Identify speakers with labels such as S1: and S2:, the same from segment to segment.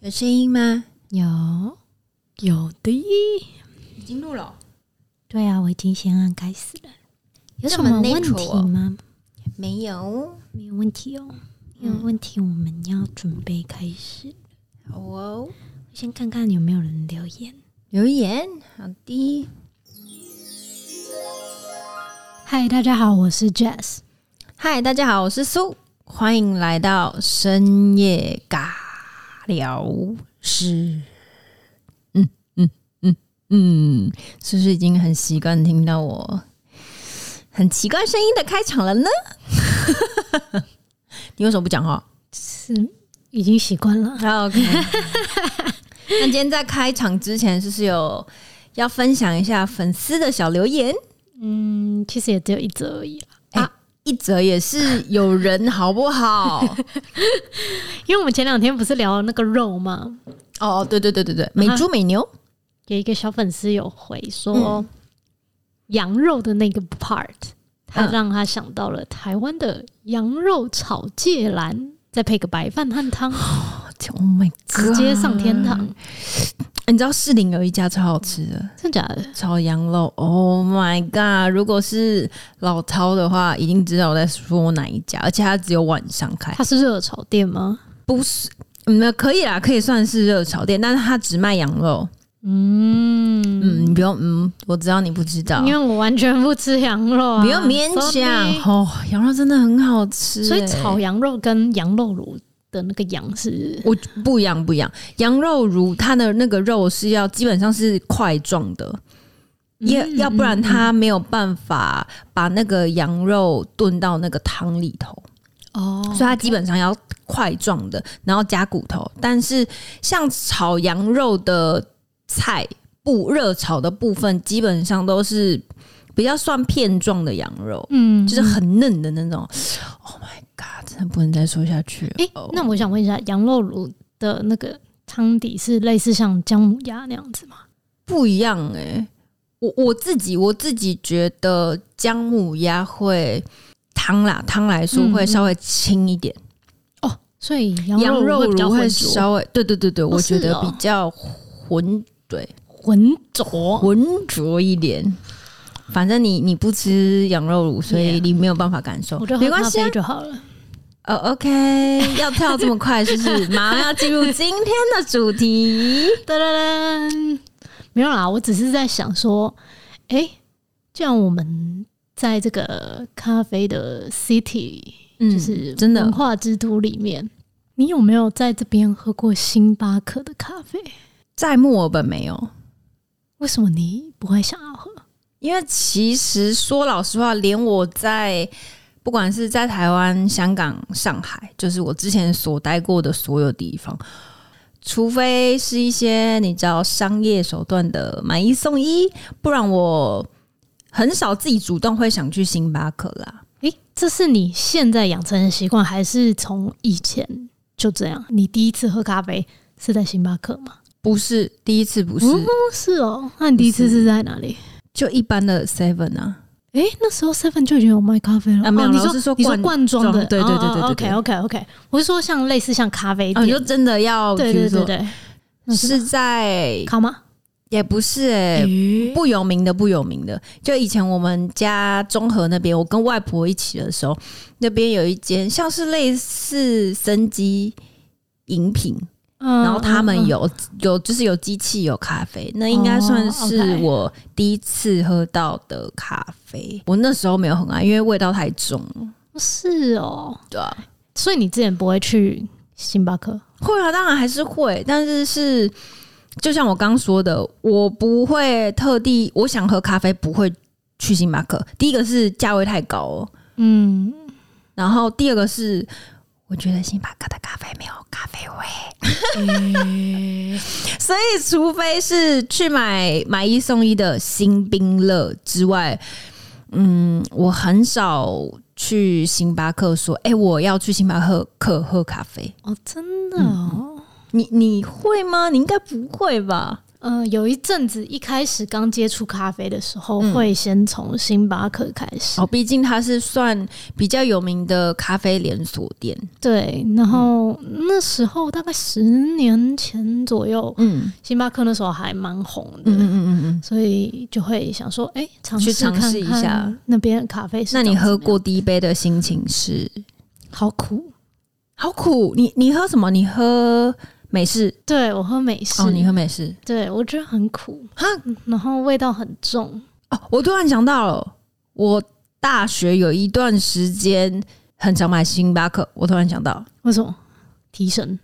S1: 有声音吗？
S2: 有有的，
S1: 已经录了哦、
S2: 对啊，我已经先按开始了。有
S1: 这
S2: 什
S1: 么
S2: 么问
S1: natural
S2: 题
S1: 哦
S2: 吗？
S1: 没有。
S2: 没有问题哦，没有问题，我们要准备开始。
S1: 好哦，
S2: 先看看有没有人留言。
S1: 留言好的。
S2: 嗨，大家好，我是 Jazz。
S1: 嗨，大家好，我是苏，欢迎来到深夜尬聊室。嗯嗯嗯嗯，是不是已经很习惯听到我很奇怪声音的开场了呢？ 你为什么不讲话？
S2: 是已经习惯了，
S1: 好 OK。那今天在开场之前，就是有要分享一下粉丝的小留言，啊
S2: 嗯，其实也只有一则而已啦，
S1: 哎一则也是有人好不好？
S2: 因为我们前两天不是聊那个肉吗？
S1: 哦，对对对对对，美猪美嗯牛，
S2: 有一个小粉丝有回
S1: 哦
S2: 说，羊肉的那个 part，他
S1: 嗯
S2: 让他想到了台湾的羊肉炒芥兰，再配个白饭和汤，
S1: ，Oh my，
S2: 直接上天堂，
S1: 你知道士林有一家超好吃的
S2: 真假的？
S1: 炒羊肉，Oh my god！如果是老饕的话，一定知道我在说哪一家，而且它只有晚上开，
S2: 它是热炒店吗？
S1: 不是。嗯，可以啦，可以算是热炒店，但是它只卖羊肉。
S2: 嗯，
S1: 嗯，你不用，嗯，我知道你不知道，
S2: 因为我完全不吃羊肉、啊，
S1: 不用啊勉
S2: sorry
S1: 强哦，羊肉真的很好吃、
S2: 所以
S1: 欸
S2: 炒羊肉跟羊肉炉的那个羊是
S1: 我不一样，不一样。羊肉如它的那个肉是要基本上是块状的，也、
S2: 嗯
S1: 要不然
S2: 嗯
S1: 它没有办法把那个羊肉炖到那个汤里头，
S2: 哦，
S1: 所以它基本上要块状的，然后加骨头。但是像炒羊肉的菜部热炒的部分，基本上都是比较算片状的羊肉。
S2: 嗯，
S1: 就是很嫩的那种。Oh my god，真的不能再说下去了。哦
S2: 哎、那我想问一下，羊肉炉的那个汤底是类似像姜母鸭那样子吗？
S1: 不一样哎、我我自己我自己觉得姜母鸭会汤啦，汤来说
S2: 嗯
S1: 会稍微轻一点，
S2: 哦，所以羊
S1: 羊
S2: 肉
S1: 肉
S2: 炉比较
S1: 炉会
S2: 浑浊，
S1: 稍微对对对对，我觉
S2: 是
S1: 得
S2: 哦
S1: 比较浑对
S2: 浑浊，
S1: 浑浊一点。反正你你不吃羊肉炉，所以
S2: Yeah
S1: 你没有办法感受
S2: 我就，喝
S1: 没关
S2: 咖
S1: 系啊
S2: 啡。就好了。
S1: 呃，OK，要跳这么快，是不是？马上要进入今天的主 题。
S2: 噔噔噔，没有啦，我只是在想说，哎、既然我们在这个咖啡的 city，、
S1: 嗯
S2: 就是
S1: 真的
S2: 文化之都里面，你有没有在这边喝过星巴克的咖啡？
S1: 在墨尔本没有，
S2: 为什么你不会想要喝？
S1: 因为其实说老实话，连我在不管是在台湾、香港、上海，就是我之前所待过的所有地方，除非是一些你知道商业手段的买一送一，不然我很少自己主动会想去星巴克啦。
S2: 诶、这是你现在养成的习惯，还是从以前就这样？你第一次喝咖啡是在星巴克吗？
S1: 不是第一次，不是、
S2: 嗯不是哦，那你第一次是在哪里？
S1: 就一般的 Seven 啊，
S2: 诶，那时候 Seven 就已经有卖咖啡了。
S1: 啊没有
S2: 哦、
S1: 啦
S2: 你
S1: 我是说
S2: 你说
S1: 罐
S2: 罐装的，
S1: 装对对对对对
S2: o k OK OK，我是说像类似像咖啡
S1: 啊，
S2: 店，
S1: 你就真的要，
S2: 对
S1: 比
S2: 对
S1: 如
S2: 对
S1: 说
S2: 对，那
S1: 是在
S2: 卡吗？
S1: 也不是哎、
S2: 诶
S1: 不有名的不有名的，就以前我们家中和那边，我跟外婆一起的时候，那边有一间像是类似生机饮品，
S2: 嗯
S1: 然后他们
S2: 嗯
S1: 有有就是有机器有咖啡，那应该算是
S2: 哦 OK
S1: 我第一次喝到的咖啡。我那时候没有很爱，因为味道太重了。
S2: 嗯是哦，
S1: 对啊，
S2: 所以你之前不会去星巴克？
S1: 会啊，当然还是会，但是是就像我刚说的，我不会特地我想喝咖啡不会去星巴克。第一个是价位太高哦，
S2: 嗯，
S1: 然后第二个是我觉得星巴克的咖啡没有咖啡味，
S2: 嗯
S1: 所以除非是去买买一送一的新冰乐之外，嗯，我很少去星巴克说，哎、我要去星巴克克喝咖啡。嗯
S2: 哦，真的哦，
S1: 你你会吗？你应该不会吧？
S2: 嗯、有一阵子一开始刚接触咖啡的时候，
S1: 嗯
S2: 会先从星巴克开始。
S1: 哦，毕竟它是算比较有名的咖啡连锁店。
S2: 对，然后那时候大概十年前左右，
S1: 嗯
S2: 星巴克那时候还蛮红的，
S1: 嗯嗯嗯嗯。
S2: 所以就会想说，哎、尝
S1: 去
S2: 试
S1: 尝试
S2: 看
S1: 一下
S2: 看那边的咖啡是
S1: 那
S2: 长
S1: 你
S2: 什
S1: 喝
S2: 么样
S1: 过第一杯的心情是？
S2: 好苦？
S1: 好苦！你你喝什么？你喝美式？
S2: 对我喝美式，
S1: 哦，你喝美式？
S2: 对我觉得很苦，
S1: 哈
S2: 嗯然后味道很重。
S1: 哦，我突然想到了，我大学有一段时间很常买星巴克。我突然想到，
S2: 为什么？提神？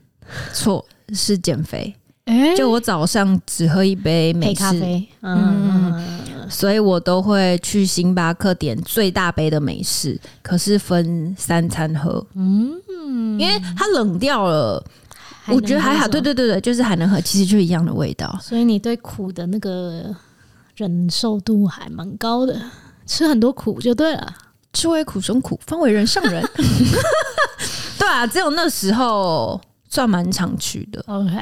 S1: 错是减肥。
S2: 哎、
S1: 就我早上只喝一杯美
S2: 配
S1: 式
S2: 咖，啡，
S1: 嗯
S2: 嗯，嗯
S1: 所以我都会去星巴克点最大杯的美式，可是分三餐喝，
S2: 嗯，
S1: 因为它冷掉了。
S2: 还
S1: 我觉得
S2: 能
S1: 还
S2: 喝
S1: 好，
S2: 什
S1: 对
S2: 么。
S1: 对对对，就是还能喝，其实就一样的味道。
S2: 所以你对苦的那个忍受度还蛮高的，吃很多苦就对了。
S1: 吃为苦中苦，方为人上 人。对啊，只有那时候算蛮常去的。
S2: OK，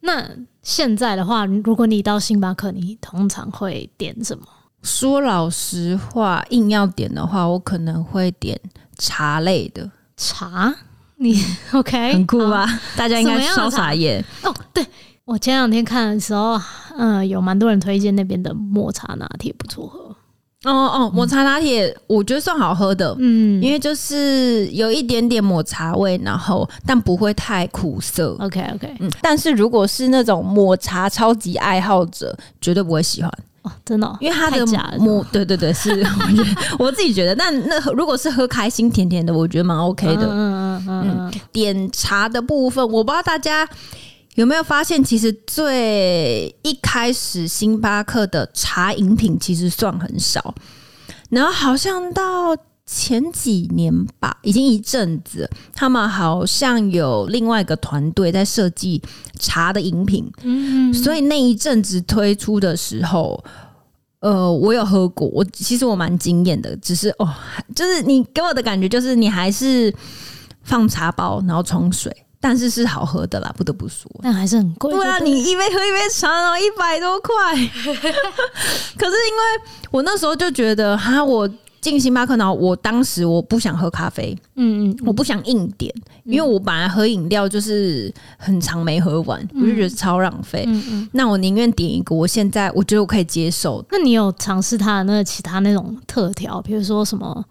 S2: 那现在的话，如果你到星巴克，你通常会点什么？
S1: 说老实话，硬要点的话，我可能会点茶类的，
S2: 茶？你 OK？
S1: 很酷
S2: 好
S1: 吧？大家应该超傻眼。
S2: 哦，对，我前两天看的时候，嗯、有蛮多人推荐那边的抹茶拿铁不错喝。
S1: 哦哦，抹茶拿铁我觉得算好喝的。
S2: 嗯
S1: 因为就是有一点点抹茶味，然后但不会太苦涩。
S2: ，OK OK，
S1: 嗯，但是如果是那种抹茶超级爱好者，绝对不会喜欢。
S2: 哦，真的哦、
S1: 因为它的
S2: 太假了
S1: 抹，对对对，是我觉得我自己觉得，但那如果是喝开心甜甜的，我觉得蛮 OK 的。
S2: 嗯嗯嗯嗯嗯，
S1: 点茶的部分，我不知道大家有没有发现，其实最一开始星巴克的茶饮品其实算很少，然后好像到。前几年吧，已经一阵子了，他们好像有另外一个团队在设计茶的饮品，
S2: 嗯
S1: 所以那一阵子推出的时候，呃，我有喝过，我其实我蛮惊艳的，只是哦，还就是你给我的感觉就是你还是放茶包，然后冲水，但是是好喝的啦，不得不说。
S2: 但还是很贵。
S1: 对啊，
S2: 不
S1: 你一杯喝一杯茶，然后一百多块。 可是因为我那时候就觉得，哈，我进星巴克，然后我当时我不想喝咖啡，
S2: 嗯嗯，
S1: 我不想硬点，因为我本来喝饮料就是很长没喝完，我就觉得超浪费。
S2: 嗯嗯。
S1: 那我宁愿点一个，我现在我觉得我可以接受的。
S2: 那你有尝试它的那其他那种特调，比如说什么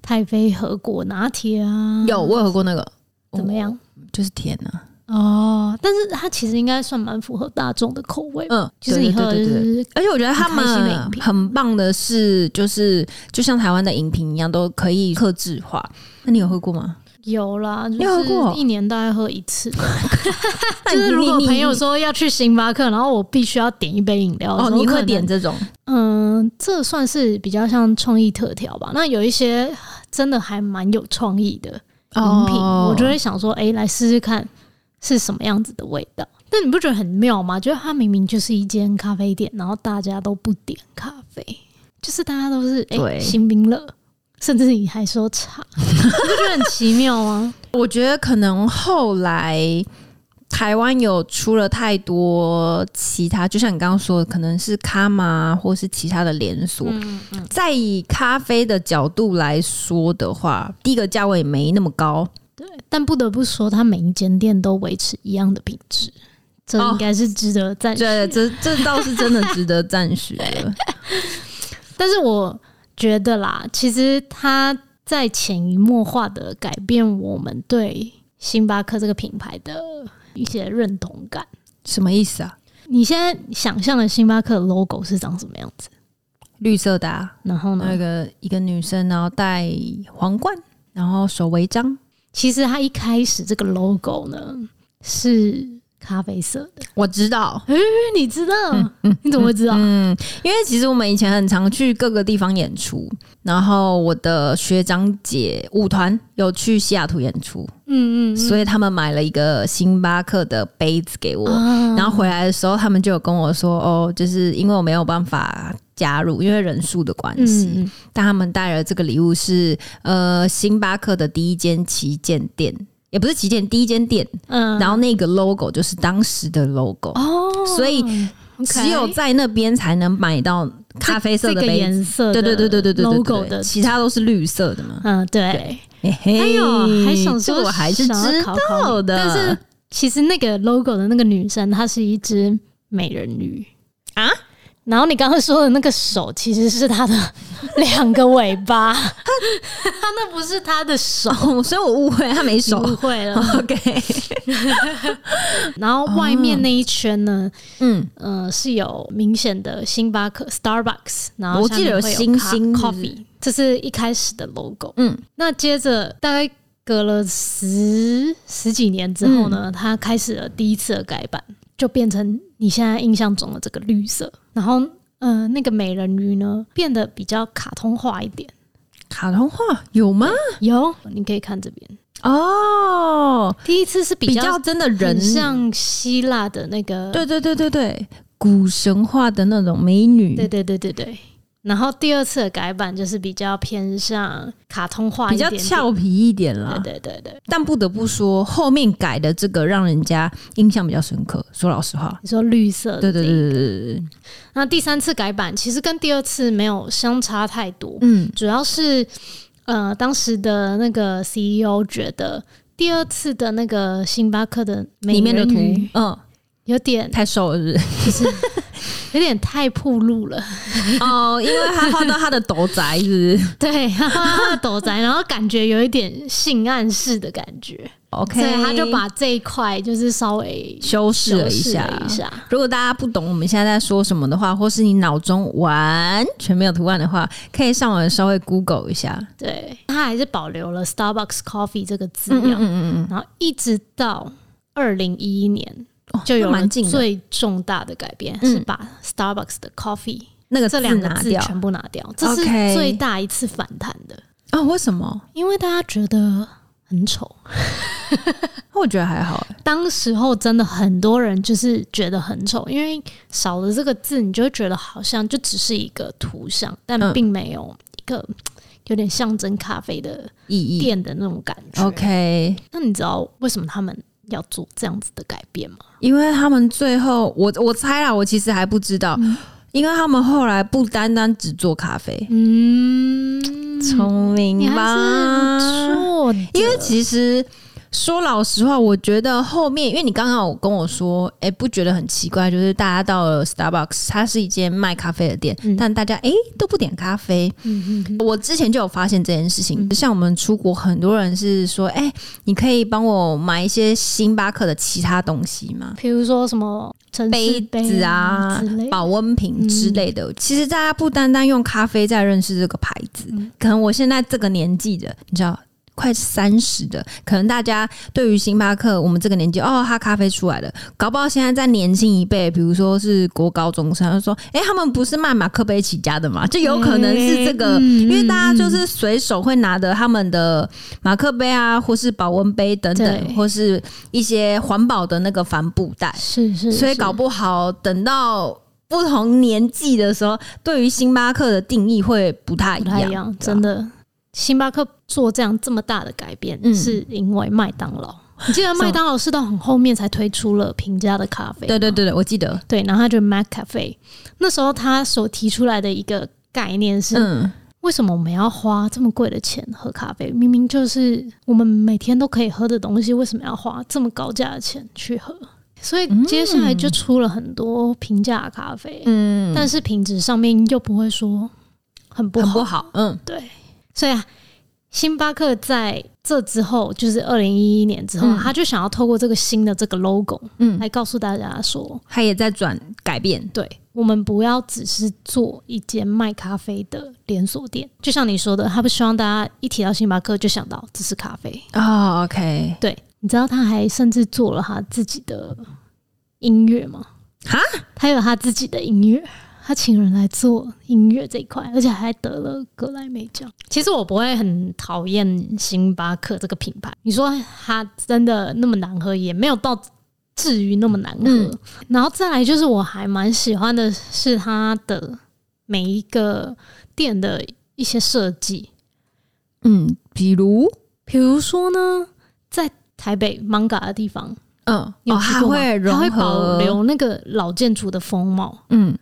S2: 太妃和果拿铁啊？
S1: 有，我有喝过那个，
S2: 怎么样？
S1: 就是甜啊，
S2: 哦，但是它其实应该算蛮符合大众的口味。
S1: 嗯，
S2: 就是你喝的
S1: 对
S2: 就
S1: 对对对对
S2: 是
S1: 而且我觉得他
S2: 很开心的
S1: 们
S2: 饮品
S1: 很棒的是，就是就像台湾的饮品一样，都可以克制化。那你有喝过吗？
S2: 有啦，就
S1: 你有喝过
S2: 是一年大概喝一次。
S1: 那
S2: 就
S1: 你
S2: 是如果
S1: 你
S2: 朋友
S1: 你
S2: 说要去星巴克，然后我必须要点一杯饮料的
S1: 哦，
S2: 时候
S1: 你
S2: 可
S1: 会
S2: 能
S1: 点这种
S2: 嗯，这算是比较像创意特调吧。那有一些真的还蛮有创意的
S1: 哦
S2: 饮品，我就会想说，哎、来试试看是什么样子的味道。但你不觉得很妙吗？就是它明明就是一间咖啡店，然后大家都不点咖啡，就是大家都是哎、
S1: 对
S2: 新冰乐，甚至你还说茶， 你不觉得很奇妙吗？
S1: 我觉得可能后来台湾有出了太多其他，就像你刚刚说的，可能是卡玛或是其他的连锁。再以咖啡的角度来说的话，第一个价位没那么高，
S2: 但不得不说，它每一间店都维持一样的品质，这
S1: 哦
S2: 应该是值得赞许。
S1: 这这这倒是真的值得赞许的。
S2: 但是我觉得啦，其实它在潜移默化的改变我们对星巴克这个品牌的一些认同感。
S1: 什么意思啊？
S2: 你现在想象的星巴克的 logo 是长什么样子？
S1: 绿色的、啊，
S2: 然后
S1: 那
S2: 呢，
S1: 个一个女生，然后戴皇冠，然后手围章。
S2: 其实它一开始这个 logo 呢是咖啡色的，嗯
S1: 我知道，
S2: 因为你知道，你怎么会知道？
S1: 嗯，因为其实我们以前很常去各个地方演出，然后我的学长姐舞团有去西雅图演出，
S2: 嗯嗯
S1: 所以他们买了一个星巴克的杯子给我。
S2: 啊
S1: 然后回来的时候，他们就有跟我说：“哦，就是因为我没有办法加入，因为人数的关系。
S2: 嗯，嗯
S1: 但他们带了这个礼物是呃，星巴克的第一间旗舰店，也不是旗舰，第一间店。
S2: 嗯
S1: 然后那个 logo 就是当时的 logo，、
S2: 哦，
S1: 所以只有在那边才能买到咖啡色
S2: 这
S1: 的
S2: 个
S1: 杯子。
S2: 颜色的，
S1: 对对对对对对对
S2: logo
S1: 对
S2: 的，
S1: 其他都是绿色的嘛。
S2: 嗯对
S1: 对。嘿嘿
S2: 哎呦，还想
S1: 这
S2: 说
S1: 我还是
S2: 想要
S1: 知
S2: 考考
S1: 道
S2: 你
S1: 的，
S2: 但是其实那个 logo 的那个女生，她是一只美人鱼
S1: 啊。
S2: 然后你刚刚说的那个手，其实是她的两个尾 巴，她那不是她的手，
S1: 哦，所以我误会他没
S2: 你
S1: 手。
S2: 误会
S1: 哦
S2: 了。
S1: OK，
S2: 然后外面那一圈呢，
S1: 嗯，
S2: 呃，是有明显的星巴克 （Starbucks），然后
S1: 我记得有
S2: 下面
S1: 星
S2: 会咖
S1: 星是不是
S2: coffee，这是一开始的 logo。
S1: 嗯，
S2: 那接着大概隔了十十几年之后
S1: 嗯
S2: 呢，它开始了第一次的改版，就变成你现在印象中的这个绿色。然后，嗯、那个美人鱼呢，变得比较卡通化 一点。
S1: 卡通画有吗？
S2: 有，你可以看这边，
S1: 哦，
S2: 第一次是比
S1: 比
S2: 较
S1: 较真的人
S2: 很，像希腊的那个，
S1: 对对对对对，古神话的那种美女，
S2: 对对对对对。然后第二次的改版就是比较偏向卡通化一
S1: 比
S2: 点
S1: 较
S2: 点，
S1: 俏啊皮一点啦。
S2: 对对对对，
S1: 但不得不说，后面改的这个让人家印象比较深刻。说老实话，
S2: 你说绿色的，
S1: 对对对对对对对，
S2: 那第三次改版其实跟第二次没有相差太多，
S1: 嗯
S2: 主要是呃当时的那个 CEO 觉得第二次的那个星巴克的美
S1: 里面的
S2: 人
S1: 图
S2: 鱼，
S1: 嗯，
S2: 有点
S1: 太瘦了是不是？
S2: 有点太暴露 了，
S1: 哦，因为他画到他的斗宅 是不是
S2: 对，哈哈，斗宅，然后感觉有一点性暗示的感觉，
S1: ？OK，
S2: 所以他就把这一块就是稍微
S1: 修饰了
S2: 修
S1: 一
S2: 饰
S1: 下。
S2: 了一下，
S1: 如果大家不懂我们现在在说什么的话，或是你脑中完全没有图案的话，可以上网稍微 Google 一下。
S2: 对，他还是保留了 Starbucks Coffee 这个字
S1: 嗯
S2: 样
S1: 嗯。嗯嗯
S2: 然后一直到二零一一年
S1: 哦
S2: 就有
S1: 那
S2: 了
S1: 蛮近的
S2: 最重大的改变，
S1: 嗯
S2: 是把 Starbucks 的 coffee
S1: 那个
S2: 这
S1: 字
S2: 两个
S1: 拿
S2: 字
S1: 掉
S2: 全部拿掉，这是
S1: OK
S2: 最大一次反弹的，
S1: 啊、为什么？
S2: 因为大家觉得很丑。
S1: 我觉得还好、欸，
S2: 当时候真的很多人就是觉得很丑，因为少了这个字，你就会觉得好像就只是一个图像，但
S1: 嗯
S2: 并没有一个有点象征咖啡的
S1: 意义。
S2: 店的那种感觉。
S1: OK，
S2: 那你知道为什么他们要做这样子的改变吗？
S1: 因为他们最后，我我猜啦，我其实还不知道，因为他们后来不单单只做咖啡，
S2: 嗯，
S1: 聪、
S2: 你
S1: 明
S2: 还是
S1: 吧？
S2: 不错的，
S1: 因为其实说老实话，我觉得后面，因为你刚刚有跟我说，哎、不觉得很奇怪，就是大家到了 Starbucks，它是一间卖咖啡的店，
S2: 嗯
S1: 但大家哎、诶都不点咖啡。
S2: 嗯嗯
S1: 我之前就有发现这件事情，像我们出国，很多人是说，哎、你可以帮我买一些星巴克的其他东西吗
S2: 嗯，？比如说什么城市
S1: 杯子啊
S2: 之类的，
S1: 保温瓶之类的。其实大家不单单用咖啡在认识这个牌子，
S2: 嗯
S1: 可能我现在这个年纪的，你知道。快三十的，可能大家对于星巴克，我们这个年纪，哦，它咖啡出来了，搞不好现在再年轻一辈，比如说是国高中生，他就说，哎、他们不是卖马克杯起家的嘛，就有可能是这个，
S2: 嗯
S1: 因为大家就是随手会拿着他们的马克杯啊，或是保温杯等
S2: 对
S1: 等，或是一些环保的那个帆布袋，
S2: 是是，
S1: 所以搞不好等到不同年纪的时候，对于星巴克的定义会不太
S2: 是
S1: 一
S2: 不太
S1: 样。
S2: 一样，
S1: 对啊
S2: 真的。星巴克做这样这么大的改变，
S1: 嗯
S2: 是因为麦当劳。 你记得麦当劳是到很后面才推出了平价的咖啡吗，
S1: 对对对对，我记得，
S2: 对，然后他就 Mac Cafe，那时候他所提出来的一个概念是，
S1: 嗯，
S2: 为什么我们要花这么贵的钱喝咖啡？明明就是我们每天都可以喝的东西，为什么要花这么高价的钱去喝？所以接下来就出了很多平价的咖啡，
S1: 嗯，
S2: 但是品质上面又不会说很不
S1: 很
S2: 好。
S1: 不好，嗯，
S2: 对，所以啊，星巴克在这之后，就是二零一一年之后啊，
S1: 嗯
S2: 他就想要透过这个新的这个 logo，
S1: 嗯
S2: 来告诉大家说，
S1: 他也在转改变，
S2: 对我们不要只是做一间卖咖啡的连锁店，就像你说的，他不希望大家一提到星巴克就想到只是咖啡。
S1: 哦，OK，
S2: 对，你知道他还甚至做了他自己的音乐吗？
S1: 哈，
S2: 他有他自己的音乐。他请人来做音乐这一块，而且还得了格莱美奖。其实我不会很讨厌星巴克这个品牌，你说它真的那么难喝，也没有到至于那么难喝。
S1: 嗯
S2: 然后再来就是我还蛮喜欢的是它的每一个店的一些设计，
S1: 嗯，比如，
S2: 比如说呢，在台北 Manga 的地方，
S1: 嗯，
S2: 你有
S1: 哦，
S2: 去
S1: 它
S2: 过吗
S1: 会融
S2: 它会保
S1: 合，
S2: 留那个老建筑的风貌。
S1: 嗯，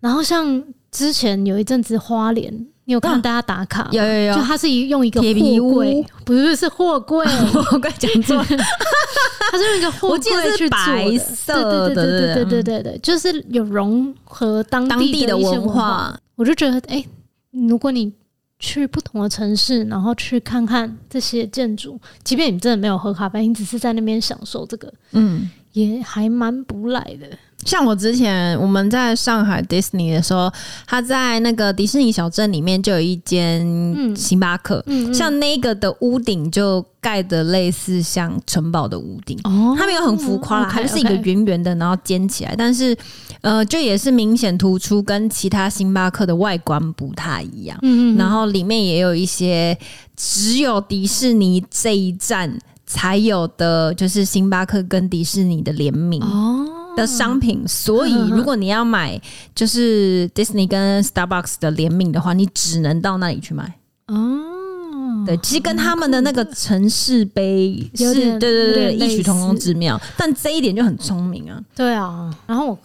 S2: 然后像之前有一阵子花莲，你有看
S1: 嗯
S2: 大家打卡吗？
S1: 有有有
S2: 就它是一用一个
S1: 铁皮
S2: 货柜
S1: 屋，
S2: 不是是货柜，
S1: 我刚才讲错了，
S2: 它是用一个 货
S1: 我记
S2: 柜
S1: 得
S2: 去
S1: 是
S2: 做的
S1: 白色
S2: 对对对对
S1: 的，嗯
S2: 对对对对，就是有融合当
S1: 当地
S2: 的
S1: 的
S2: 一些
S1: 文
S2: 文化。
S1: 化，
S2: 我就觉得，哎，如果你去不同的城市，然后去看看这些建筑，即便你真的没有喝咖啡，你只是在那边享受这个，
S1: 嗯。
S2: 也还蛮不赖的。
S1: 像我之前我们在上海 Disney 的时候，它在那个迪士尼小镇里面就有一间
S2: 嗯
S1: 星巴克，
S2: 嗯，嗯
S1: 像那个的屋顶就盖的类似像城堡的屋顶。
S2: 哦
S1: 它没有很浮夸啦，它就是一个
S2: OK，OK
S1: 圆圆的，然后尖起来，但是呃，就也是明显突出跟其他星巴克的外观不太一样。
S2: 嗯，嗯嗯
S1: 然后里面也有一些只有迪士尼这一站才有的，就是星巴克跟迪士尼的联名
S2: 哦，
S1: 的商品。所以如果你要买就是 Disney 跟 Starbucks 的联名的话，你只能到那里去买。
S2: 哦，
S1: 对，其实跟他们的那个城市杯
S2: 有
S1: 是
S2: 点
S1: 对对
S2: 有
S1: 对
S2: 点类
S1: 异
S2: 似
S1: 曲同工之妙，但这一点就很聪明啊。
S2: 对啊。然后我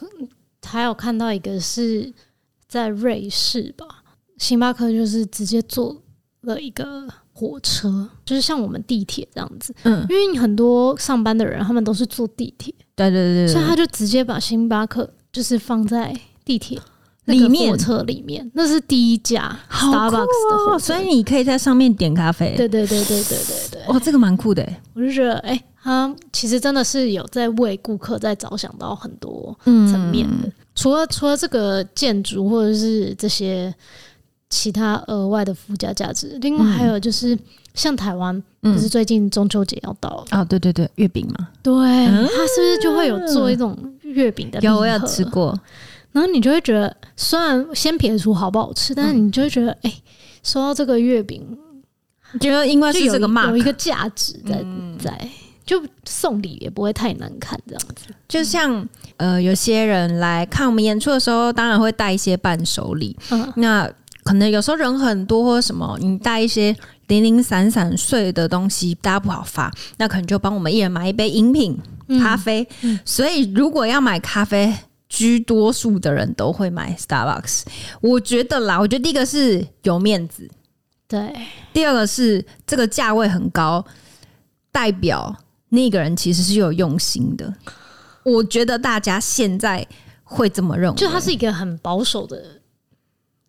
S2: 还有看到一个是在瑞士吧，星巴克就是直接做了一个火车，就是像我们地铁这样子，
S1: 嗯，
S2: 因为很多上班的人他们都是坐地铁，
S1: 对对对
S2: 所以
S1: 对
S2: 他就直接把星巴克就是放在地铁。那
S1: 里
S2: 个
S1: 面
S2: 火车里面，那是第一架
S1: 好酷
S2: Starbucks 的火车，
S1: 哦，所以你可以在上面点咖啡。
S2: 对对对对对对对。
S1: 哦，这个蛮酷的欸。
S2: 我就觉得，哎、他其实真的是有在为顾客在着想到很多
S1: 嗯
S2: 层面的。除了除了这个建筑或者是这些其他额外的附加价值，另外还有就是、像台湾，不是
S1: 嗯，
S2: 最近中秋节要到了，
S1: 哦，对对对，月饼嘛，
S2: 对，
S1: 嗯
S2: 它是不是就会有做一种月饼的？
S1: 有我有吃，过。
S2: 然后你就会觉得，虽然先撇除好不好吃，但是
S1: 嗯
S2: 你就会觉得，哎、收到这个月饼，
S1: 就因为
S2: 就是有
S1: 这个
S2: 一有一
S1: mark，嗯
S2: 个价值在、在，就送礼也不会太难看这样子。
S1: 就像呃，有些人来看我们演出的时候，当然会带一些伴手礼。
S2: 嗯
S1: 那可能有时候人很多或什么，你带一些零零散散碎的东西，大家不好发，那可能就帮我们一人买一杯饮品咖啡。所以如果要买咖啡，居多数的人都会买 Starbucks。我觉得啦，我觉得第一个是有面子，
S2: 对，
S1: 第二个是这个价位很高，代表那个人其实是有用心的。我觉得大家现在会这么认为，
S2: 就它是一个很保守的，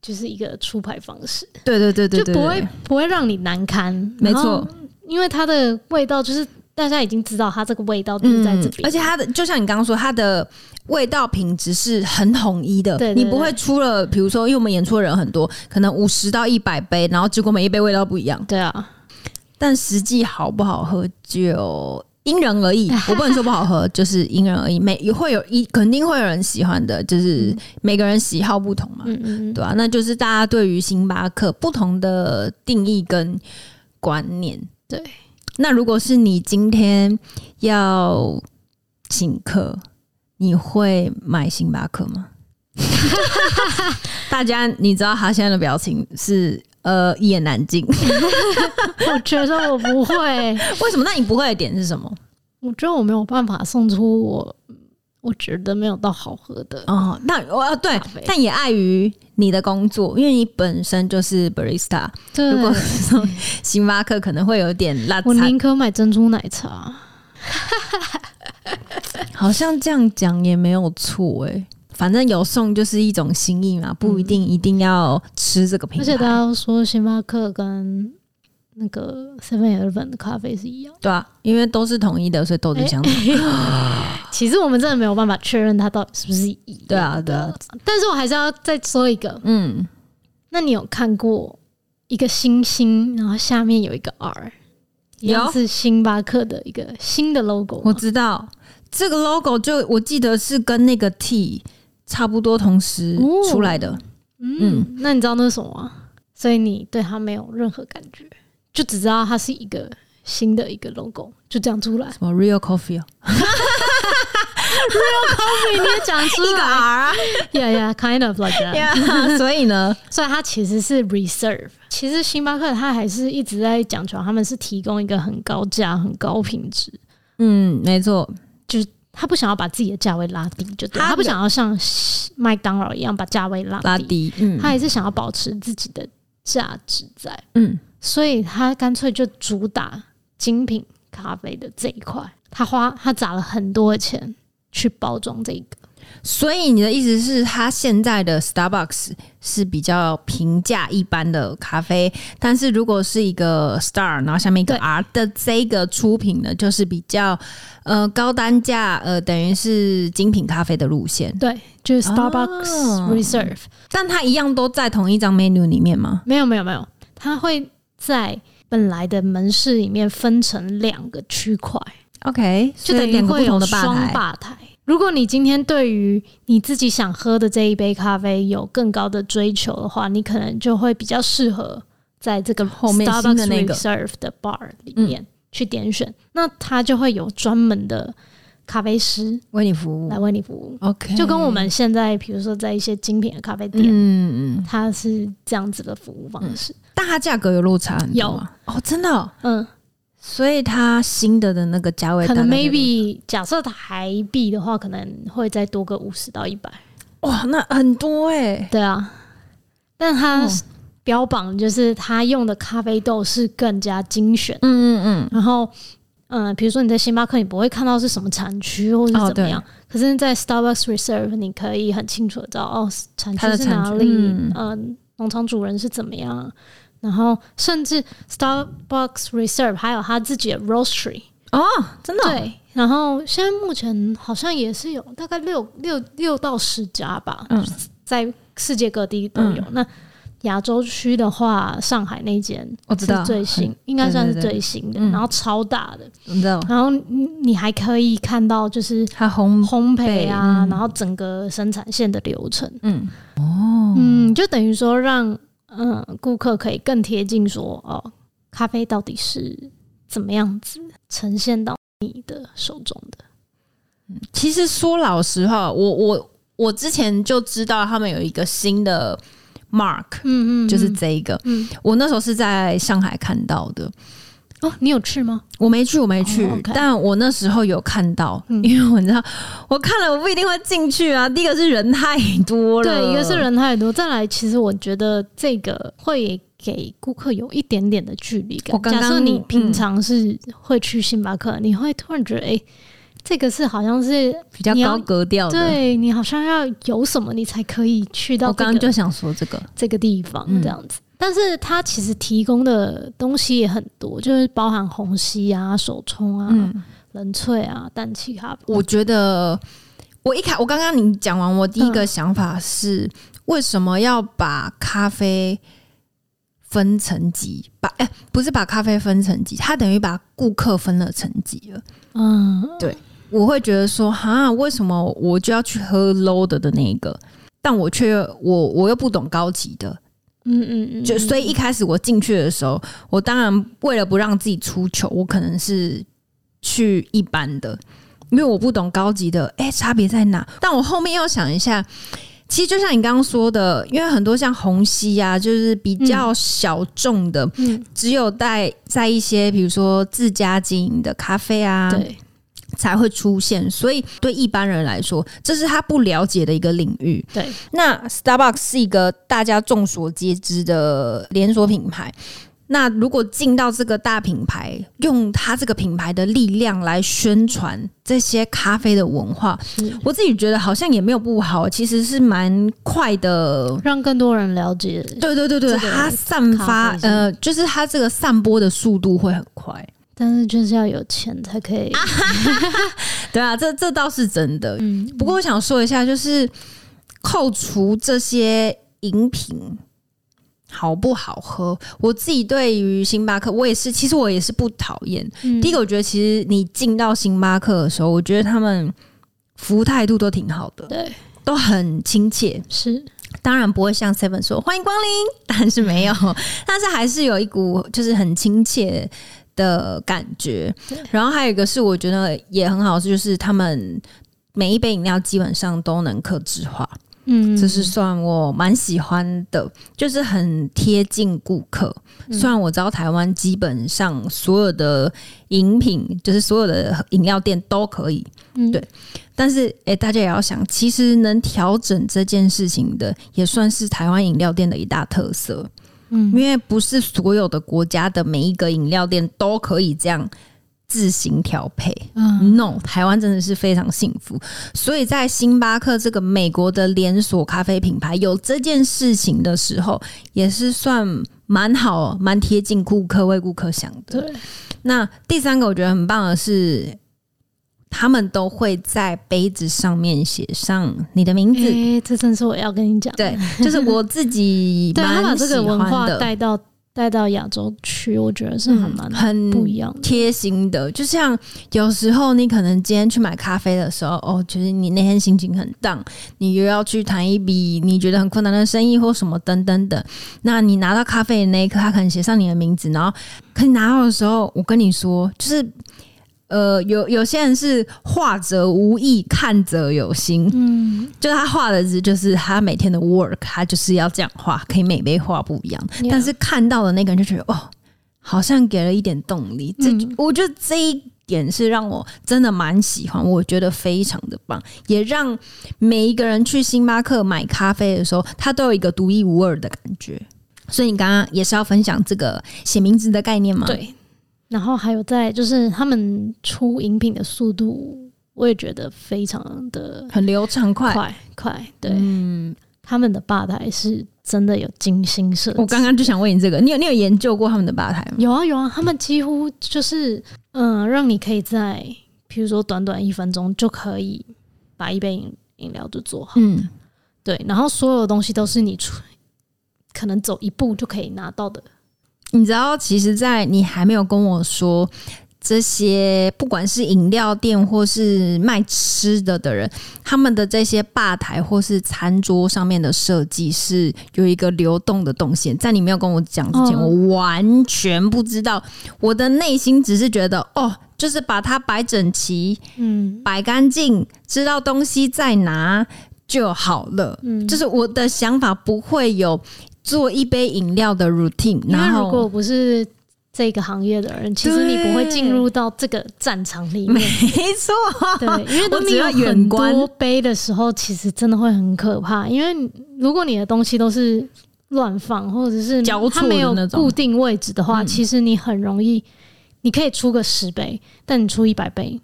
S2: 就是一个出牌方式，
S1: 对对对对对，
S2: 就不
S1: 对
S2: 会不会让你难堪。
S1: 没
S2: 然后
S1: 错，
S2: 因为它的味道就是大家已经知道它这个味道就是在这
S1: 嗯
S2: 边，
S1: 而且它的就像你刚刚说，它的味道品质是很统一的，
S2: 对对对
S1: 你不会出了，比如说，因为我们演出的人很多，可能五十到一百杯，然后结果每一杯味道不一样，
S2: 对啊，
S1: 但实际好不好喝就。因人而异，我不能说不好喝，就是因人而异。每会有一肯定会有人喜欢的，就是每个人喜好不同嘛，
S2: 嗯嗯，嗯
S1: 对啊，那就是大家对于星巴克不同的定义跟观念。
S2: 对，
S1: 那如果是你今天要请客，你会买星巴克吗？大家，你知道他现在的表情是呃一言难尽。
S2: 我觉得我不会，
S1: 为什么？那你不会的点是什么？
S2: 我觉得我没有办法送出我我觉得没有到好喝的，
S1: 哦，那我呃对
S2: 咖啡，
S1: 但也碍于你的工作，因为你本身就是 barista，
S2: 对
S1: 如果送星巴克可能会有点拉
S2: 我
S1: 惨。
S2: 宁可买珍珠奶茶。
S1: 好像这样讲也没有错哎、反正有送就是一种心意嘛，不一定一定要吃这个品
S2: 而且大
S1: 牌。
S2: 家都说星巴克跟那个 Seven Eleven 的咖啡是一样。
S1: 对啊，因为都是统一的，所以都是相同。
S2: 其实我们真的没有办法确认它到底是不是一样。
S1: 对啊，对啊，
S2: 但是我还是要再说一个，
S1: 嗯，
S2: 那你有看过一个星星，然后下面有一个 R，一样
S1: 有
S2: 是星巴克的一个新的 logo
S1: 我
S2: 吗。
S1: 知道这个 logo 就我记得是跟那个 T 差不多同时
S2: 哦
S1: 出来的。
S2: 嗯，那你知道那是什么吗？所以你对它没有任何感觉，就只知道它是一个新的一个 logo，就这样出来。
S1: 什么 Real Coffee 哦，
S2: 你也讲出
S1: 一个
S2: 来
S1: R 啊
S2: ，Yeah yeah，kind of like that。
S1: ，yeah, 所以呢，
S2: 所以它其实是 reserve。其实星巴克它还是一直在讲求他们是提供一个很高价、很高品质
S1: 嗯，没错，
S2: 就是他不想要把自己的价位拉低，就对了
S1: 他
S2: 他不
S1: 有
S2: 想要像麦当劳一样把价位拉低，
S1: 拉低，嗯，
S2: 他还是想要保持自己的价值在，
S1: 嗯，
S2: 所以他干脆就主打精品咖啡的这一块，他花他砸了很多的钱去包装这个。
S1: 所以你的意思是，它现在的 Starbucks 是比较平价一般的咖啡，但是如果是一个 Star，然后下面一个
S2: 对
S1: R 的这个出品呢，就是比较呃高单价，呃等于是精品咖啡的路线。
S2: 对，就是 Starbucks
S1: 哦
S2: Reserve，、
S1: 但它一样都在同一张 menu 里面吗？
S2: 没有没有没有，他会在本来的门市里面分成两个区块，
S1: OK，
S2: 就等于
S1: 两个
S2: 会
S1: 不同
S2: 有
S1: 的吧
S2: 双
S1: 台。
S2: 吧台。如果你今天对于你自己想喝的这一杯咖啡有更高的追求的话，你可能就会比较适合在这个
S1: 后面
S2: Starbucks
S1: 新的那个
S2: Reserve 的 bar 里面去点选，那它就会有专门的咖啡师
S1: 为你服务
S2: 来为你服务，
S1: ，OK，
S2: 就跟我们现在比如说在一些精品的咖啡店，
S1: 嗯嗯，
S2: 它是这样子的服务方式。
S1: 但它价格有落差很多
S2: 有
S1: 吗哦，真的哦、
S2: 嗯，
S1: 所以它新的的那个价位
S2: 可能
S1: 大概就
S2: maybe 假设台币的话，可能会再多个五十到一百。
S1: 哇，那很多哎、
S2: 对啊，但它
S1: 哦
S2: 标榜就是它用的咖啡豆是更加精选，
S1: 嗯嗯
S2: 然后。嗯，比如说你在星巴克，你不会看到是什么产区或者
S1: 哦
S2: 是怎么
S1: 对
S2: 样，可是，在 Starbucks Reserve，你可以很清楚的知道哦，产
S1: 它的
S2: 区是
S1: 产
S2: 哪
S1: 区
S2: 里，
S1: 嗯
S2: 嗯，农场主人是怎么样，然后甚至 Starbucks Reserve 还有他自己的 roastery，
S1: 嗯，哦，真的哦、
S2: 对，然后现在目前好像也是有大概六六六到十家吧，
S1: 嗯
S2: 在世界各地都有。那亚洲区的话，上海那间
S1: 我知道
S2: 是最新，应该算是最新的，
S1: 对对对嗯
S2: 然后超大的，
S1: 你知道
S2: 然后你你还可以看到就是
S1: 它红，
S2: 烘焙啊，
S1: 嗯
S2: 然后整个生产线的流程，
S1: 嗯，
S2: 嗯，就等于说让嗯顾客可以更贴近说哦，咖啡到底是怎么样子呈现到你的手中的。
S1: 其实说老实话，我我我之前就知道他们有一个新的 mark，、
S2: 嗯嗯，
S1: 就是
S2: 嗯
S1: 这一个，
S2: 嗯
S1: 我那时候是在上海看到的，
S2: 哦，你有去吗？
S1: 我没去，我没去，
S2: 哦，OK
S1: 但我那时候有看到，
S2: 嗯
S1: 因为我知道我看了我不一定会进去啊，第一个是人太多了，
S2: 对，一个是。人太多，再来，其实我觉得这个会给顾客有一点点的距离感。
S1: 我刚刚
S2: 假设你平常是会去星巴克，你会突然觉得，哎、这个是好像是
S1: 比较
S2: 你要
S1: 高格调的，
S2: 对你好像要有什么，你才可以去到、
S1: 我
S2: 这个、
S1: 刚刚就想说这个，
S2: 这个地方
S1: 嗯
S2: 这样子。但是它其实提供的东西也很多，就是包含虹吸啊、手冲啊、
S1: 嗯，
S2: 冷萃啊、氮气咖啡。
S1: 我觉得我一开，我刚刚你讲完，我第一
S2: 嗯
S1: 个想法是，为什么要把咖啡分层级？把哎、不是把咖啡分层级，它等于把顾客分了层级了。
S2: 嗯，
S1: 我会觉得说，哈，为什么我就要去喝 low 的的那一个？但我却我我又不懂高级的，
S2: 嗯嗯嗯，
S1: 就
S2: 嗯
S1: 所以一开始我进去的时候，我当然为了不让自己出糗，我可能是去一般的，因为我不懂高级的，哎、差别在哪？但我后面又想一下，其实就像你刚刚说的，因为很多像虹吸啊，就是比较小众的，
S2: 嗯
S1: 只有在在一些比如说自家经营的咖啡啊，
S2: 对，
S1: 才会出现，所以对一般人来说，这是他不了解的一个领域。
S2: 对，
S1: 那 Starbucks 是一个大家众所皆知的连锁品牌。那如果进到这个大品牌，用它这个品牌的力量来宣传这些咖啡的文化，
S2: 是
S1: 我自己觉得好像也没有不好，其实是蛮快的。
S2: 让更多人了解。
S1: 对对对对，
S2: 这个
S1: 它散
S2: 咖
S1: 发
S2: 啡是
S1: 呃，就是它这个散播的速度会很快。
S2: 但是就是要有钱才可
S1: 啊
S2: 以。
S1: 对啊，这这倒是真的。
S2: 嗯，
S1: 不过我想说一下，就是扣除这些饮品好不好喝，我自己对于星巴克，我也是，其实我也是不讨厌。
S2: 嗯
S1: 第一个，我觉得其实你进到星巴克的时候，我觉得他们服务态度都挺好的，
S2: 对
S1: 都很亲切。
S2: 是
S1: 当然不会像 Seven 说欢迎光临， 但是没有，但是还是有一股就是很亲切的感觉
S2: 对。
S1: 然后还有一个是我觉得也很好，就是他们每一杯饮料基本上都能克制化，
S2: 嗯，
S1: 这是算我蛮喜欢的，就是很贴近顾客。
S2: 嗯
S1: 虽然我知道台湾基本上所有的饮品，就是所有的饮料店都可以，
S2: 嗯
S1: 对但是诶、大家也要想，其实能调整这件事情的，也算是台湾饮料店的一大特色。因
S2: 嗯
S1: 为不是所有的国家的每一个饮料店都可以这样自行调配。
S2: 嗯
S1: No，台湾真的是非常幸福，所以在星巴克这个美国的连锁咖啡品牌有这件事情的时候，也是算蛮好、蛮贴近顾客、为顾客想的。
S2: 对，
S1: 那第三个我觉得很棒的是，他们都会在杯子上面写上你的名字。
S2: 哎，这正是我要跟你讲的。
S1: 对，就是我自己
S2: 对啊他把
S1: 蛮
S2: 这
S1: 喜
S2: 个文
S1: 欢
S2: 化
S1: 的，
S2: 带到带到亚洲去，我觉得是很蛮
S1: 嗯很
S2: 不一样的。
S1: 贴心的，就像有时候你可能今天去买咖啡的时候，哦，就是你那天心情很荡，你又要去谈一笔你觉得很困难的生意或什么等等等。那你拿到咖啡的那一刻，他可能写上你的名字，然后可你拿到的时候，我跟你说，就是呃，有有些人是画者无意，看者有心，
S2: 嗯，
S1: 就是他画的字，就是他每天的 work，他就是要这样画，可以每杯画不一样。
S2: Yeah
S1: 但是看到的那个人就觉得，哦，好像给了一点动力。这、
S2: 嗯
S1: 我觉得这一点是让我真的蛮喜欢，我觉得非常的棒，也让每一个人去星巴克买咖啡的时候，他都有一个独一无二的感觉。所以你刚刚也是要分享这个写名字的概念吗？，
S2: 对。然后还有在就是他们出饮品的速度，我也觉得非常的
S1: 很流畅快。
S2: 快快。对，
S1: 嗯，
S2: 他们的吧台是真的有精心设计。
S1: 我刚刚就想问你这个，你有你有研究过他们的吧台吗？
S2: 有啊有啊，他们几乎就是嗯、呃让你可以在比如说短短一分钟就可以把一杯饮饮料就做好。
S1: 嗯，
S2: 对，然后所有的东西都是你出，可能走一步就可以拿到的。
S1: 你知道，其实，在你还没有跟我说这些，不管是饮料店或是卖吃的的人，他们的这些吧台或是餐桌上面的设计是有一个流动的动线。在你没有跟我讲之前，
S2: 哦
S1: 我完全不知道。我的内心只是觉得，哦，就是把它摆整齐、
S2: 嗯
S1: 摆干净，知道东西在哪就好了。
S2: 嗯，
S1: 就是我的想法不会有做一杯饮料的 routine，
S2: 因为
S1: 然后
S2: 如果不是这个行业的人，其实你不会进入到这个战场里面。
S1: 没错，
S2: 对，因为
S1: 我
S2: 当
S1: 只
S2: 你有
S1: 要远
S2: 很多
S1: 观
S2: 杯的时候，其实真的会很可怕。因为如果你的东西都是乱放，或者是
S1: 交错
S2: 它
S1: 的
S2: 没有
S1: 那种
S2: 固定位置的话，
S1: 嗯
S2: 其实你很容易，你可以出个十杯，但你出一百杯，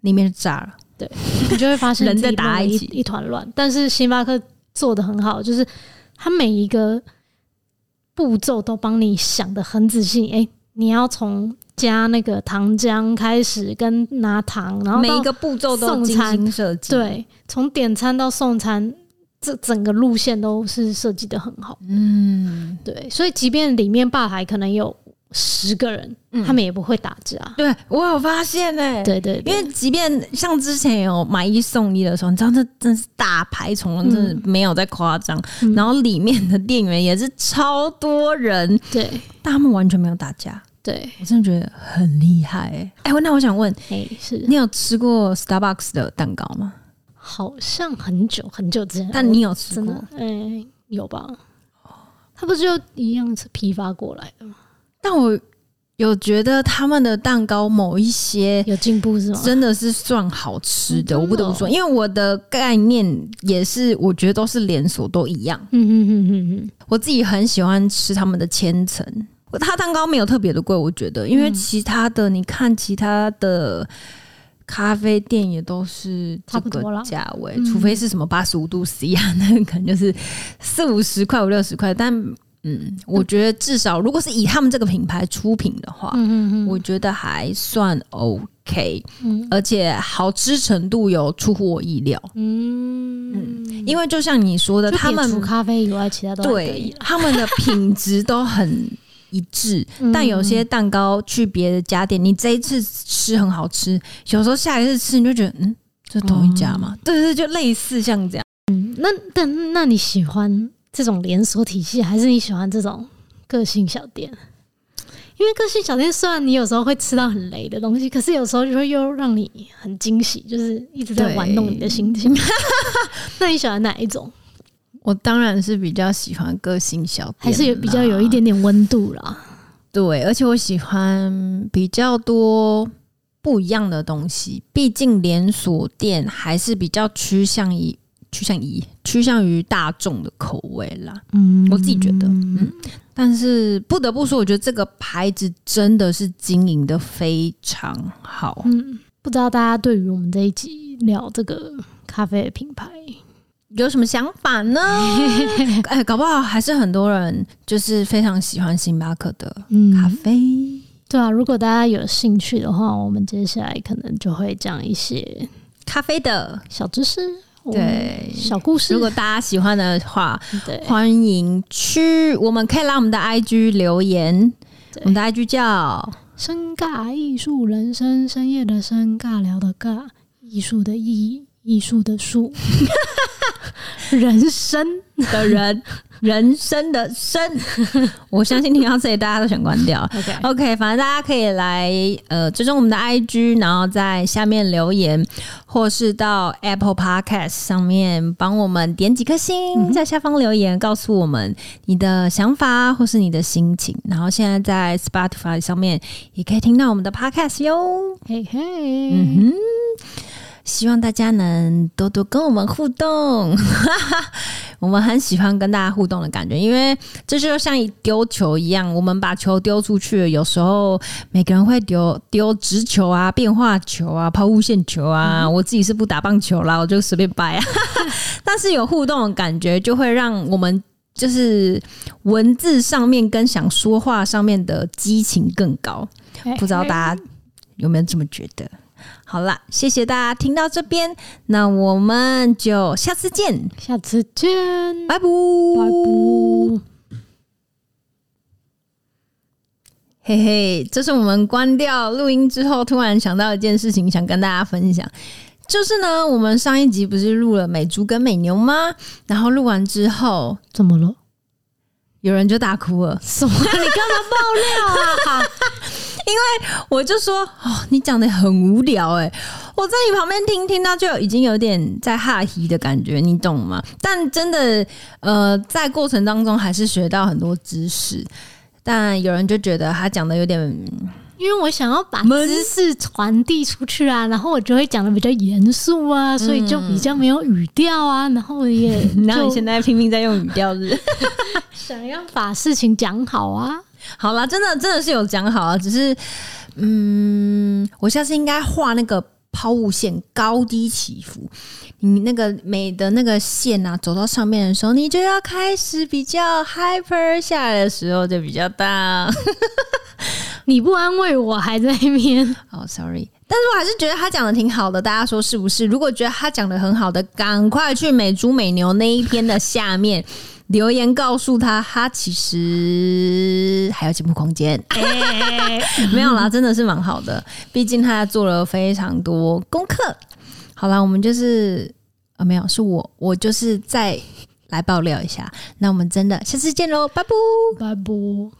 S1: 里面炸了。
S2: 你就会发现
S1: 人在
S2: 自己
S1: 打
S2: 弄得一
S1: 埃及
S2: 一团乱。但是星巴克做的很好，就是它每一个步骤都帮你想的很仔细。诶，你要从加那个糖浆开始，跟拿糖，然后
S1: 每
S2: 到
S1: 一个步骤都精心设计，，
S2: 对，从点餐到送餐，这整个路线都是设计的很好。
S1: 嗯，
S2: 对，所以即便里面吧台可能有十个人，
S1: 嗯
S2: 他们也不会打架。
S1: 对我有发现呢、欸。
S2: 对对对，
S1: 因为即便像之前有买一送一的时候，你知道这真是大排从龙，
S2: 嗯
S1: 真的没有在夸张。
S2: 嗯
S1: 然后里面的店员也是超多人，
S2: 对
S1: 但他们完全没有打架，
S2: 对，
S1: 我真的觉得很厉害、欸。哎、那我想问，
S2: 哎、是
S1: 你有吃过 Starbucks 的蛋糕吗？
S2: 好像很久很久之前，
S1: 但你有吃
S2: 真的
S1: 过？
S2: 哎、有吧？他不是就一样是批发过来的吗？
S1: 但我有觉得他们的蛋糕某一些
S2: 有进步是吗？
S1: 真的是算好吃的，
S2: 嗯
S1: 我不得不
S2: 真的
S1: 说，
S2: 哦
S1: 因为我的概念也是，我觉得都是连锁都一样。
S2: 嗯嗯嗯嗯嗯，
S1: 我自己很喜欢吃他们的千层，我它蛋糕没有特别的贵，我觉得，因
S2: 嗯
S1: 为其他的、你看其他的。咖啡店也都是这
S2: 差不
S1: 个
S2: 多啦
S1: 价位，
S2: 嗯
S1: 除非是什么八十五度 C 啊， 那个可能就是四五十块、五六十块。但嗯，我觉得至少如果是以他们这个品牌出品的话，
S2: 嗯嗯嗯，
S1: 我觉得还算 OK。
S2: 嗯
S1: 而且好吃程度有出乎我意料，
S2: 嗯，
S1: 因为就像你说的，
S2: 就
S1: 他
S2: 撇除
S1: 们
S2: 咖啡以外，其他都还可以
S1: 对
S2: 啦
S1: 他们的品质都很一致，
S2: 嗯
S1: 但有些蛋糕去别的家店，你这一次吃很好吃，有时候下一次吃你就觉得，嗯，这同一家
S2: 哦
S1: 嘛？对对，对就类似像这样。
S2: 嗯，那但那你喜欢这种连锁体系，还是你喜欢这种个性小店？因为个性小店虽然你有时候会吃到很雷的东西，可是有时候就会又让 你很惊喜，就是一直在玩弄你的心情。那你喜欢哪一种？
S1: 我当然是比较喜欢个性小店啦，
S2: 还是有比较有一点点温度啦。
S1: 对，而且我喜欢比较多不一样的东西，毕竟连锁店还是比较趋向于趋向于趋向于大众的口味啦。
S2: 嗯，
S1: 我自己觉得嗯但是不得不说，我觉得这个牌子真的是经营的非常好。
S2: 嗯，不知道大家对于我们这一集聊这个咖啡的品牌，
S1: 有什么想法 呢？哎，搞不好还是很多人就是非常喜欢星巴克的
S2: 嗯，
S1: 咖啡。
S2: 对啊，如果大家有兴趣的话，我们接下来可能就会讲一些
S1: 咖啡的，哦
S2: 小知识，我们
S1: 对。
S2: 小故事
S1: 如，果大家喜欢的话，
S2: 对，
S1: 欢迎去，我们可以来我们的 IG 留言，
S2: 对
S1: 我们的 IG 叫
S2: 深尬艺术人生，深夜的深，尬聊的尬，艺术的艺，艺术的 术，人生
S1: 的人人生的生，我相信听到这里大家都想关掉。
S2: ，OK，
S1: OK，反正大家可以来呃追踪我们的 IG，然后在下面留言，或是到 Apple Podcast 上面帮我们点几颗星，在下方留言告诉我们你的想法或是你的心情。然后现在在 Spotify 上面也可以听到我们的 Podcast 哟。
S2: 嘿嘿，
S1: 嗯哼，希望大家能多多跟我们互动， 我们很喜欢跟大家互动的感觉，因为这就像一丢球一样，我们把球丢出去，有时候每个人会丢丢直球啊、变化球啊、抛物线球啊，我自己是不打棒球啦，我就随便掰啊，但是有互动的感觉，就会让我们。就是文字上面跟想说话上面的激情更高，
S2: 嘿
S1: 不知道大家有没有这么觉得？好啦，谢谢大家听到这边，那我们就下次见，
S2: 嘿下次见，
S1: 拜拜，
S2: 拜拜。
S1: 嘿嘿，这是我们关掉录音之后，突然想到一件事情，想跟大家分享。就是呢，我们上一集不是录了美猪跟美牛吗？然后录完之后，
S2: 怎么了？
S1: 有人就大哭了。
S2: 什么？你干嘛爆料啊？
S1: 我就说哦，你讲的很无聊哎、我在你旁边听听到就已经有点在哈ฮี的感觉，你懂吗？但真的呃，在过程当中还是学到很多知识，但有人就觉得他讲的有点
S2: 因为我想要把
S1: 闷
S2: 知识传递出去啊，然后我就会讲的比较严肃啊，所以就比较没有语调啊，然后 也
S1: 然后你现
S2: 就
S1: 在拼命在用语调是不是
S2: 想要把事情讲好啊。
S1: 好啦，真的真的是有讲好啊，只是嗯，我下次应该画那个抛物线高低起伏，你那个美的那个线啊，走到上面的时候，你就要开始比较 hyper，下来的时候就比较大。
S2: 你不安慰我，还在那边，
S1: 哦、s o r r y 但是我还是觉得他讲的挺好的，大家说是不是？如果觉得他讲的很好的，赶快去美猪美牛那一篇的下面留言告诉他，他其实还有进步空间。没有啦，真的是蛮好的，毕竟他做了非常多功课。好啦，我们就是呃、没有，是我，我就是再来爆料一下。那我们真的下次见喽，拜拜。
S2: 拜拜。